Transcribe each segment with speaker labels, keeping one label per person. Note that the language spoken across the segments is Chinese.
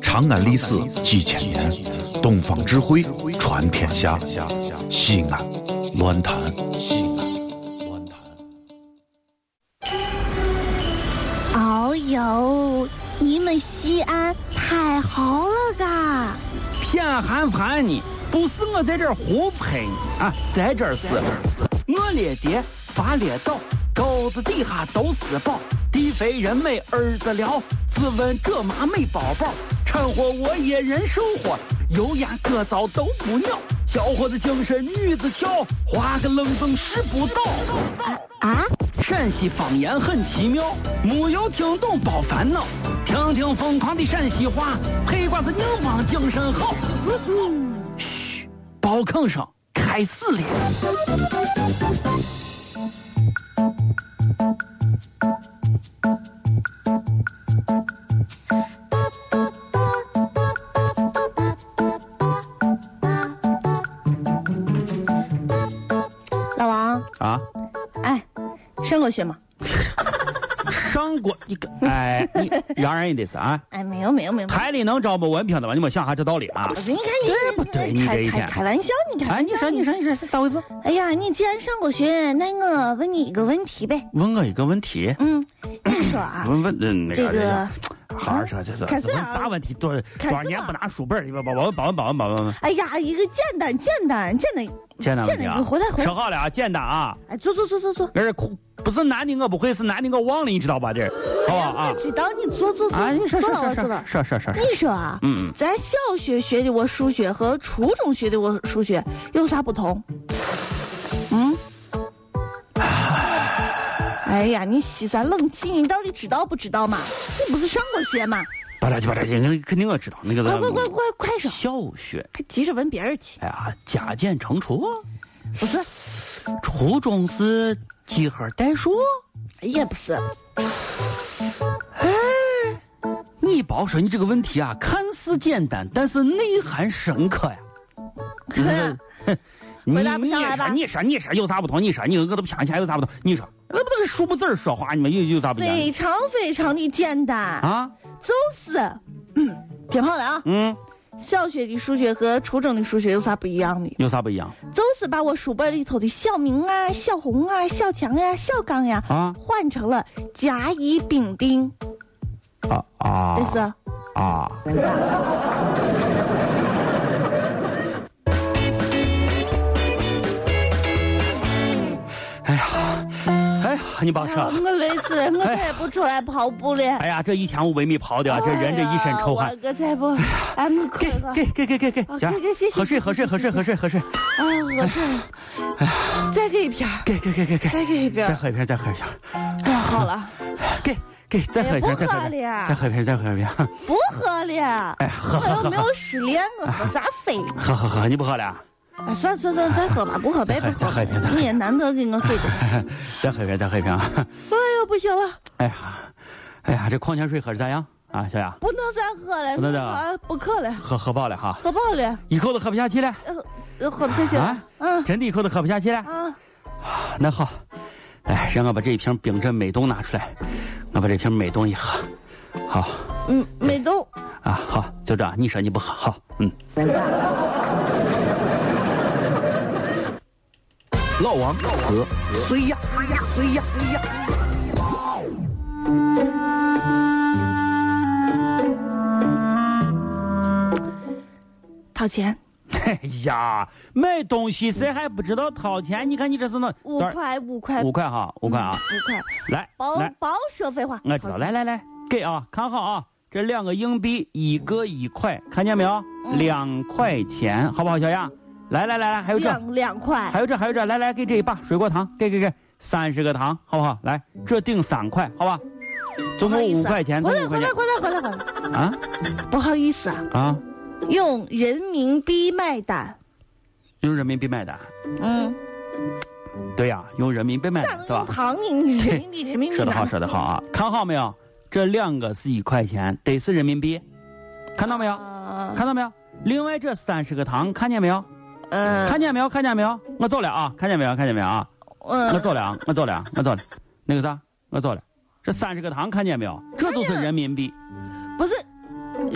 Speaker 1: 长安历史几千年，东方智慧传天下。西安，乱谈西安，乱谈。
Speaker 2: 哦呦，你们西安太好了嘎！啊
Speaker 3: 偏寒寒你，不是我在这儿胡喷你啊，在这儿是，我列爹发列倒，沟子底下都是宝，地肥人美儿子了，自问这妈没宝宝，掺和我也人生活，油盐各糟都不尿，小伙子精神女子俏，花个愣风使不倒。
Speaker 2: 啊，
Speaker 3: 陕西方言很奇妙，没有听懂别烦恼，听听疯狂的陕西话，黑瓜子硬邦精神好。嘘，包吭声开始了。
Speaker 2: 老王，
Speaker 3: 啊，
Speaker 2: 哎，上过学吗？
Speaker 3: 上过一个，哎，你洋人也得是啊，
Speaker 2: 哎，没有没有没有。
Speaker 3: 台里能招没文凭的吧？你没想下这道理啊？
Speaker 2: 你看你
Speaker 3: 对不对你这一
Speaker 2: 开开
Speaker 3: 天
Speaker 2: 开玩笑，你看。
Speaker 3: 哎，你说你说你说是咋回事？
Speaker 2: 哎呀，你既然上过学，那我问你一个问题呗。
Speaker 3: 问我一个问题，
Speaker 2: 嗯，你 说啊，
Speaker 3: 问问嗯那
Speaker 2: 这
Speaker 3: 个这
Speaker 2: 个
Speaker 3: 个，，好好说这是
Speaker 2: 开始
Speaker 3: 问
Speaker 2: 啊
Speaker 3: 啥问题？多
Speaker 2: 开
Speaker 3: 多少
Speaker 2: 始
Speaker 3: 年
Speaker 2: 吧
Speaker 3: 不拿书本儿，你把把把把把把把把。
Speaker 2: 哎呀，一个简单简单简单，
Speaker 3: 简单问题
Speaker 2: 简单
Speaker 3: 啊，
Speaker 2: 你回来回来
Speaker 3: 说好了啊，简单啊，
Speaker 2: 哎，坐坐坐坐坐。
Speaker 3: 这是哭不是男的我不会，是男的我忘了，你知道吧？这，好不好
Speaker 2: 我
Speaker 3: 啊？
Speaker 2: 知道你坐坐坐，
Speaker 3: 啊，你说
Speaker 2: 坐
Speaker 3: 说
Speaker 2: 了
Speaker 3: 说
Speaker 2: 我坐了
Speaker 3: 说。说说说说，
Speaker 2: 你说啊，
Speaker 3: 嗯嗯
Speaker 2: 咱小学学的我数学和初中学的我数学有啥不同？嗯？哎呀，你吸咱冷气，你到底知道不知道嘛？你不是上过学嘛？
Speaker 3: 吧嗒叽吧嗒叽，那肯定我知道那个
Speaker 2: 快
Speaker 3: 咱
Speaker 2: 快快快快说，
Speaker 3: 小学，
Speaker 2: 还急着问别人去？
Speaker 3: 哎呀，加减乘除，
Speaker 2: 不是，
Speaker 3: 初中是几何代数，
Speaker 2: 也哎不
Speaker 3: 嗯
Speaker 2: 是，
Speaker 3: 你别说你这个问题啊，看似简单，但是内涵深刻呀。嗯你
Speaker 2: 回答不上来吧
Speaker 3: 你说你说你说有啥不同？你说你我都不相信还有啥不同？你说那不都是数不字儿说话，你们有有啥不一样
Speaker 2: 非常非常的简单，
Speaker 3: 啊？
Speaker 2: 就是，嗯，听好了啊，
Speaker 3: 嗯，
Speaker 2: 小学的数学和初中的数学有啥不一样的？
Speaker 3: 有啥不一样？
Speaker 2: 就是把我书本里头的小明啊、小红啊、小强呀、小刚呀，
Speaker 3: 嗯啊
Speaker 2: 换成了甲乙丙丁，
Speaker 3: 啊啊
Speaker 2: 这是、
Speaker 3: 啊！哎呀，哎呀，你别说
Speaker 2: 啊
Speaker 3: 了。
Speaker 2: 我累死了，我再也不出来跑步了。
Speaker 3: 哎呀，这一千五百米跑的啊，这人这一身臭
Speaker 2: 哎
Speaker 3: 汗
Speaker 2: 呀。我再不，哎，我渴
Speaker 3: 给
Speaker 2: 了，
Speaker 3: 给给给给给，
Speaker 2: 啊
Speaker 3: 行
Speaker 2: 给给谢，谢
Speaker 3: 喝水喝
Speaker 2: 谢
Speaker 3: 水
Speaker 2: 谢
Speaker 3: 喝水喝水喝水，
Speaker 2: 啊，我这，再给一瓶儿，
Speaker 3: 给给给给给，
Speaker 2: 再给一瓶
Speaker 3: 再
Speaker 2: 儿。
Speaker 3: 喝一瓶再喝一瓶，
Speaker 2: 哎呀，好了，
Speaker 3: 给给再喝一瓶再喝一瓶，再喝一瓶再喝一瓶。
Speaker 2: 不喝了。
Speaker 3: 哎，喝
Speaker 2: 我
Speaker 3: 喝
Speaker 2: 又
Speaker 3: 喝
Speaker 2: 没
Speaker 3: 喝
Speaker 2: 有失恋，我喝啥非？
Speaker 3: 喝喝喝，你不喝了啊？
Speaker 2: 哎，算算算，再喝吧，不喝白不
Speaker 3: 再喝一瓶再喝一瓶
Speaker 2: 你也难得给我怼 的。
Speaker 3: 再喝一瓶再喝一瓶啊。
Speaker 2: 哎呦，不行了，
Speaker 3: 哎呀，哎呀，这矿泉水喝着咋样啊，小雅？
Speaker 2: 不能再喝了，
Speaker 3: 不能再喝
Speaker 2: 啊不渴了，
Speaker 3: 喝喝饱了哈，
Speaker 2: 喝饱了。
Speaker 3: 一口都喝不下去了。
Speaker 2: 呃，喝不下去了
Speaker 3: 啊。
Speaker 2: 嗯
Speaker 3: 真的一口都喝不下去了。
Speaker 2: 啊，
Speaker 3: 那好，哎，让我把这一瓶冰镇美冻拿出来，我把这瓶美冻一喝。好
Speaker 2: 嗯，美都
Speaker 3: 啊，好，就这样。你说你不喝，好，嗯。
Speaker 1: 老王和谁呀？谁呀？谁呀？
Speaker 2: 掏钱
Speaker 3: 哎呀，买东西谁还不知道掏钱？你看你这是那
Speaker 2: 五，块，五块，
Speaker 3: 五块哈，五块啊！
Speaker 2: 五块，
Speaker 3: 来
Speaker 2: 甭
Speaker 3: 来，
Speaker 2: 甭说废话。
Speaker 3: 我知道，
Speaker 2: 掏
Speaker 3: 来
Speaker 2: 钱
Speaker 3: 来来，给啊，看好啊，这两个硬币，一个一块，看见没有？
Speaker 2: 嗯
Speaker 3: 两块钱，好不好，小样？来来来来，还有这，
Speaker 2: 两两块
Speaker 3: 还，有这，还有这，来来，给这一把水果糖，给给给，三十个糖，好不好？来，这顶三块，好吧？总
Speaker 2: 不好
Speaker 3: 共
Speaker 2: 意思啊
Speaker 3: 五块钱，总
Speaker 2: 回来
Speaker 3: 共五块
Speaker 2: 回
Speaker 3: 钱
Speaker 2: 来回来回来回来，
Speaker 3: 啊
Speaker 2: 不好意思啊，
Speaker 3: 啊！
Speaker 2: 用人民币买单。
Speaker 3: 用人民币买的，
Speaker 2: 嗯，
Speaker 3: 对呀、用人民币买
Speaker 2: 咋
Speaker 3: 的
Speaker 2: 能
Speaker 3: 是吧
Speaker 2: 用？糖呢？你人民币，人民币
Speaker 3: 说得
Speaker 2: 拿
Speaker 3: 好，说得好啊！看好没有？这两个是一块钱，得是人民币，看到没有？
Speaker 2: 啊，
Speaker 3: 看到没有？另外这三十个糖，看见没有？
Speaker 2: 嗯
Speaker 3: 看见没有？看见没有？我走了啊！看见没有？看见没有啊？我
Speaker 2: 嗯，
Speaker 3: 走了啊！我走了啊！我走了。那个啥，我走了。这三十个糖看见没有？这就是人民币。
Speaker 2: 不是，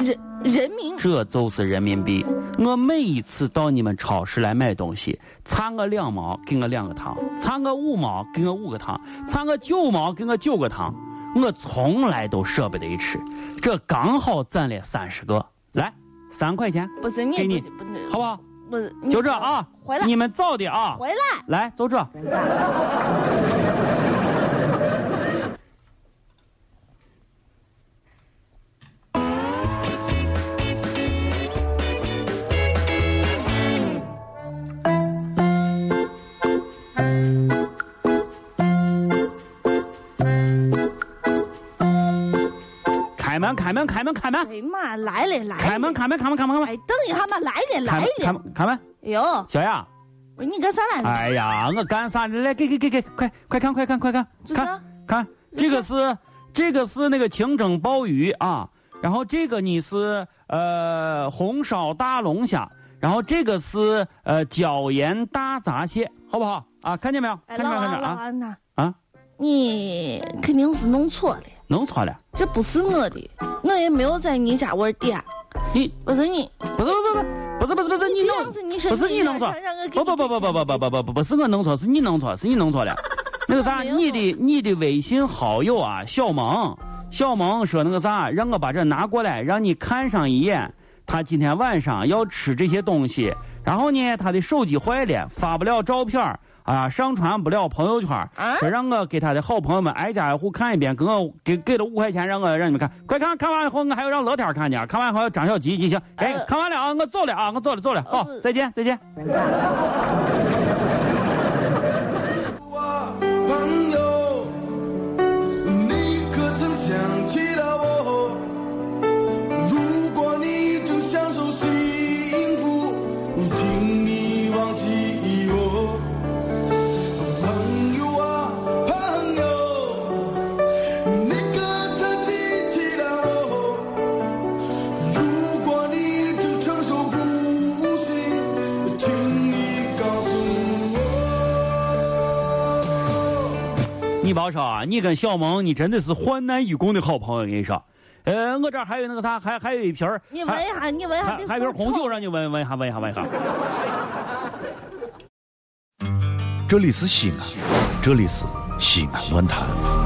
Speaker 2: 人人民
Speaker 3: 这就是人民币。我每一次到你们超市来买东西，差我两毛给我两个糖，差我五毛给我五个糖，差我九毛给我九个糖，我从来都舍不得吃。这刚好攒了三十个，来三块钱，
Speaker 2: 不是你
Speaker 3: 给你
Speaker 2: 不不能
Speaker 3: 好不好？
Speaker 2: 不是你
Speaker 3: 就这啊，
Speaker 2: 回来
Speaker 3: 你们早的啊，
Speaker 2: 回来，
Speaker 3: 来就这。开门，开门，开门，开门，
Speaker 2: 哎妈来了来了，
Speaker 3: 开门，开门，开门，开门，开门，
Speaker 2: 哎等一下嘛来了
Speaker 3: 开
Speaker 2: 来
Speaker 3: 门，开
Speaker 2: 了，
Speaker 3: 门，开门，
Speaker 2: 哎呦，
Speaker 3: 小雅。
Speaker 2: 我说你干啥来了？
Speaker 3: 哎呀，我干啥呢？来，给给给给，快快看快看快看，
Speaker 2: 这是
Speaker 3: 看看，这个是这个是那个清蒸鲍鱼啊，然后这个你是呃红烧大龙虾，然后这个是呃椒盐大闸蟹，好不好？啊，看见没有？
Speaker 2: 哎
Speaker 3: 看见没
Speaker 2: 老
Speaker 3: 有？看见没
Speaker 2: 王
Speaker 3: 有
Speaker 2: 老
Speaker 3: 啊
Speaker 2: 王呐，
Speaker 3: 啊，
Speaker 2: 你肯定是弄错了，
Speaker 3: 弄错了！
Speaker 2: 这不是我的，我也没有在你家我点，
Speaker 3: 你
Speaker 2: 我说你
Speaker 3: 不是不是不是不是不是不是你
Speaker 2: 这样子
Speaker 3: 弄
Speaker 2: 你
Speaker 3: 不是你弄错
Speaker 2: 让让让，
Speaker 3: 不不不不不不不不不不不是我弄错，是你弄错，是你弄错了。 那个啥，
Speaker 2: 没有
Speaker 3: 你的你的微信好友啊，小萌，小萌说那个啥，让我把这拿过来，让你看上一眼。他今天晚上要吃这些东西，然后呢，他的手机坏了，发不了照片儿啊，上传不了朋友圈儿，
Speaker 2: 啊
Speaker 3: 说让我给他的好朋友们挨家挨户看一遍，给我给给了五块钱，让我让你们看，快看看完了以后，我还要让乐天儿看见，看完以后张小吉，你行，哎
Speaker 2: 呃，
Speaker 3: 看完了啊，我走了啊，我走了走了，好，再见再见。
Speaker 4: 朋友，你可曾想起了我？如果你正享受幸福，请你忘记我。朋友啊，朋友，你可曾记起了我？如果你正承受不幸，请你告诉我。
Speaker 3: 你别说啊，你跟小萌，你真的是患难与共的好朋友。我跟你说，呃，我这儿还有那个啥，还还有一瓶儿，
Speaker 2: 你闻
Speaker 3: 还
Speaker 2: 一下，你闻一下
Speaker 3: 还
Speaker 2: 这
Speaker 3: 还有一瓶
Speaker 2: 是
Speaker 3: 红
Speaker 2: 臭
Speaker 3: 酒，让你闻闻一下，闻一下，闻一下。
Speaker 1: 这里是西安，这里是西安论坛。